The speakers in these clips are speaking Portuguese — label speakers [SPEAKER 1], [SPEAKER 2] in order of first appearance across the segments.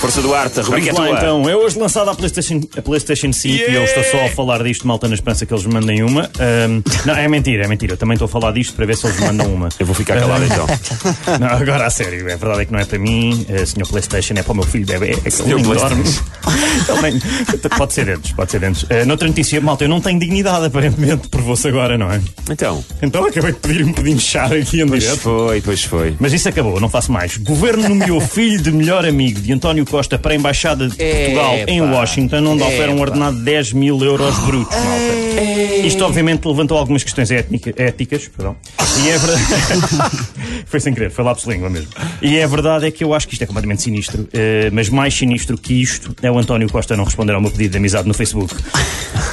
[SPEAKER 1] Força Duarte, a rubrica
[SPEAKER 2] Vamos
[SPEAKER 1] é
[SPEAKER 2] lá
[SPEAKER 1] tua.
[SPEAKER 2] então, é hoje lançada a PlayStation, a PlayStation 5 e eu estou só a falar disto, malta, na esperança que eles me mandem uma. Ahm, não, é mentira, é mentira, eu também estou a falar disto para ver se eles me mandam uma.
[SPEAKER 1] Eu vou ficar calado então.
[SPEAKER 2] Não, agora a sério, a verdade é que não é para mim, eh, senhor PlayStation, é para o meu filho bebê, é que ele
[SPEAKER 1] Senhor
[SPEAKER 2] nem dorme.
[SPEAKER 1] PlayStation.
[SPEAKER 2] Ele nem- Pode ser antes, pode ser antes. Eh, noutra notícia, malta, eu não tenho dignidade, aparentemente, por vos agora, não é?
[SPEAKER 1] Então,
[SPEAKER 2] Então acabei de pedir um bocadinho de chá aqui em
[SPEAKER 1] pois
[SPEAKER 2] direto.
[SPEAKER 1] foi, pois foi.
[SPEAKER 2] Mas isso acabou, não faço mais. Governo nomeou filho de melhor amigo de António Costa para a Embaixada de Portugal em Washington, onde oferece um ordenado de 10 mil euros brutos. malta. Isto, obviamente, levantou algumas questões étnica- éticas. Perdão. E é verdade. foi sem querer, foi lapso de língua mesmo. E a verdade é que eu acho que isto é completamente sinistro. eh, mas mais sinistro que isto é o António Costa não responder ao meu pedido de amizade no Facebook.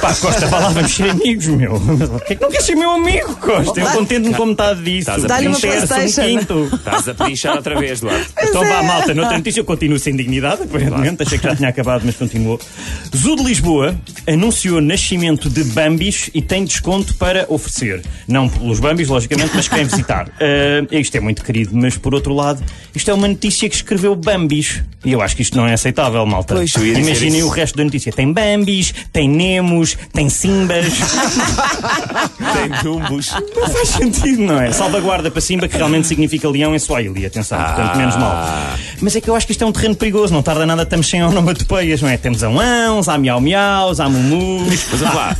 [SPEAKER 2] Pá, Costa, vá lá, vamos ser amigos, meu. Porquê que não queres ser é meu amigo, Costa? Eu contento-me com metade disso.
[SPEAKER 1] Estás a
[SPEAKER 2] Um
[SPEAKER 1] Dá-lhe uma
[SPEAKER 2] terço, um
[SPEAKER 3] PlayStation.
[SPEAKER 2] quinto.
[SPEAKER 1] Estás a pinchar outra vez, Duarte.
[SPEAKER 2] Então vá, malta, noutra notícia eu continuo sem dignidade, aparentemente. Achei que já tinha acabado, mas continuou. Zoo de Lisboa anunciou nascimento de Bambis e tem desconto para oferecer. Não pelos Bambis, logicamente, mas quem visitar. Ah, isto é muito querido, mas por outro lado, isto é uma notícia que escreveu Bambis. E eu acho que isto não é aceitável, malta.
[SPEAKER 1] Pois, eu ia dizer
[SPEAKER 2] Imaginem
[SPEAKER 1] isso.
[SPEAKER 2] o resto da notícia. Tem Bambis, tem Nemos, tem Simbas.
[SPEAKER 1] Tem um tumbos.
[SPEAKER 2] Não faz sentido, não é? Salvaguarda para Simba, que realmente significa leão é em Swahili, atenção, portanto, menos mal. Mas é que eu acho que isto é um terreno perigoso, não tarda nada, estamos sem onomatopeias, não é? Temos a uns, há miau-miaus, há mumus.
[SPEAKER 1] Mas vamos lá.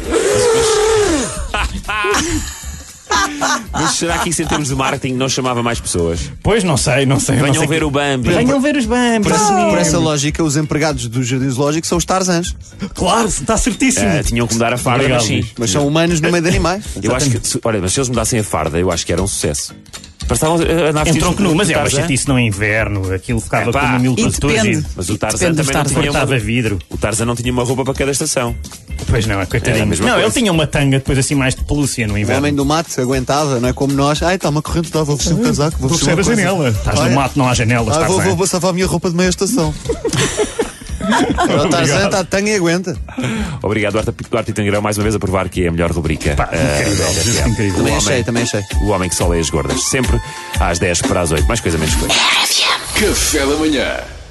[SPEAKER 1] Mas será que isso em termos de marketing não chamava mais pessoas?
[SPEAKER 2] Pois não sei, não sei. não
[SPEAKER 1] Venham
[SPEAKER 2] sei
[SPEAKER 1] ver
[SPEAKER 2] que-
[SPEAKER 1] o Bambi.
[SPEAKER 2] Venham ver os Bambis.
[SPEAKER 4] Por essa,
[SPEAKER 2] sim.
[SPEAKER 4] por essa lógica, os empregados do jardim zoológico são os Tarzans,
[SPEAKER 2] Claro, está certíssimo.
[SPEAKER 1] Ah, tinham que mudar a farda,
[SPEAKER 2] Obrigado,
[SPEAKER 1] mas sim.
[SPEAKER 2] Luís.
[SPEAKER 4] mas são humanos no meio de animais.
[SPEAKER 1] Eu acho que, se- olha, mas se eles mudassem a farda, eu acho que era um sucesso. Pareciam a andar
[SPEAKER 2] Em
[SPEAKER 1] vestidos
[SPEAKER 2] tronco
[SPEAKER 1] de-
[SPEAKER 2] nu,
[SPEAKER 1] de
[SPEAKER 2] mas é uma
[SPEAKER 1] Tarzan.
[SPEAKER 2] chatice, não é inverno, aquilo ficava
[SPEAKER 1] Epá.
[SPEAKER 2] como um mil
[SPEAKER 3] E
[SPEAKER 2] todo
[SPEAKER 3] depende.
[SPEAKER 2] túrgido.
[SPEAKER 1] Mas o Tarzan
[SPEAKER 3] Depende dos
[SPEAKER 1] também não tinha uma...
[SPEAKER 2] Cortava vidro.
[SPEAKER 1] O Tarzan não tinha uma roupa para cada estação.
[SPEAKER 2] Pois não, é coitadinho.
[SPEAKER 1] Era a
[SPEAKER 2] Não,
[SPEAKER 1] mesma
[SPEAKER 2] ele
[SPEAKER 1] coisa.
[SPEAKER 2] tinha uma tanga depois assim mais de pelúcia no
[SPEAKER 4] O
[SPEAKER 2] inverno.
[SPEAKER 4] homem do mato aguentava, não é como nós. Ai, está uma corrente, tá, vou vestir um casaco, vou vestir uma coisa.
[SPEAKER 2] Estás
[SPEAKER 4] Ah,
[SPEAKER 2] no
[SPEAKER 4] é?
[SPEAKER 2] mato, não há janelas,
[SPEAKER 4] Ah,
[SPEAKER 2] está
[SPEAKER 4] vou,
[SPEAKER 2] bem.
[SPEAKER 4] vou, vou salvar a minha roupa de meia estação. o Tarzan está tanga e aguenta.
[SPEAKER 1] Obrigado, Duarte, Duarte e Tangrão, mais uma vez a provar que é a melhor rubrica.
[SPEAKER 2] Pá,
[SPEAKER 1] eh,
[SPEAKER 2] incrível,
[SPEAKER 1] da RFM.
[SPEAKER 2] incrível.
[SPEAKER 1] O
[SPEAKER 4] Também
[SPEAKER 1] homem-
[SPEAKER 4] achei, também achei.
[SPEAKER 1] O homem que só lê as gordas. Sempre às 10 para as 8. Mais coisa, menos coisa.
[SPEAKER 5] Café da Manhã.